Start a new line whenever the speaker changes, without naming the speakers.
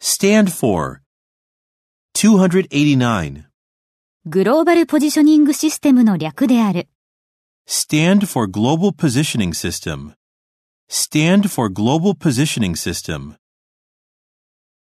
Stand for 289.
グローバルポジショニングシステムの略である。
Stand for Global Positioning System. Stand for Global Positioning System.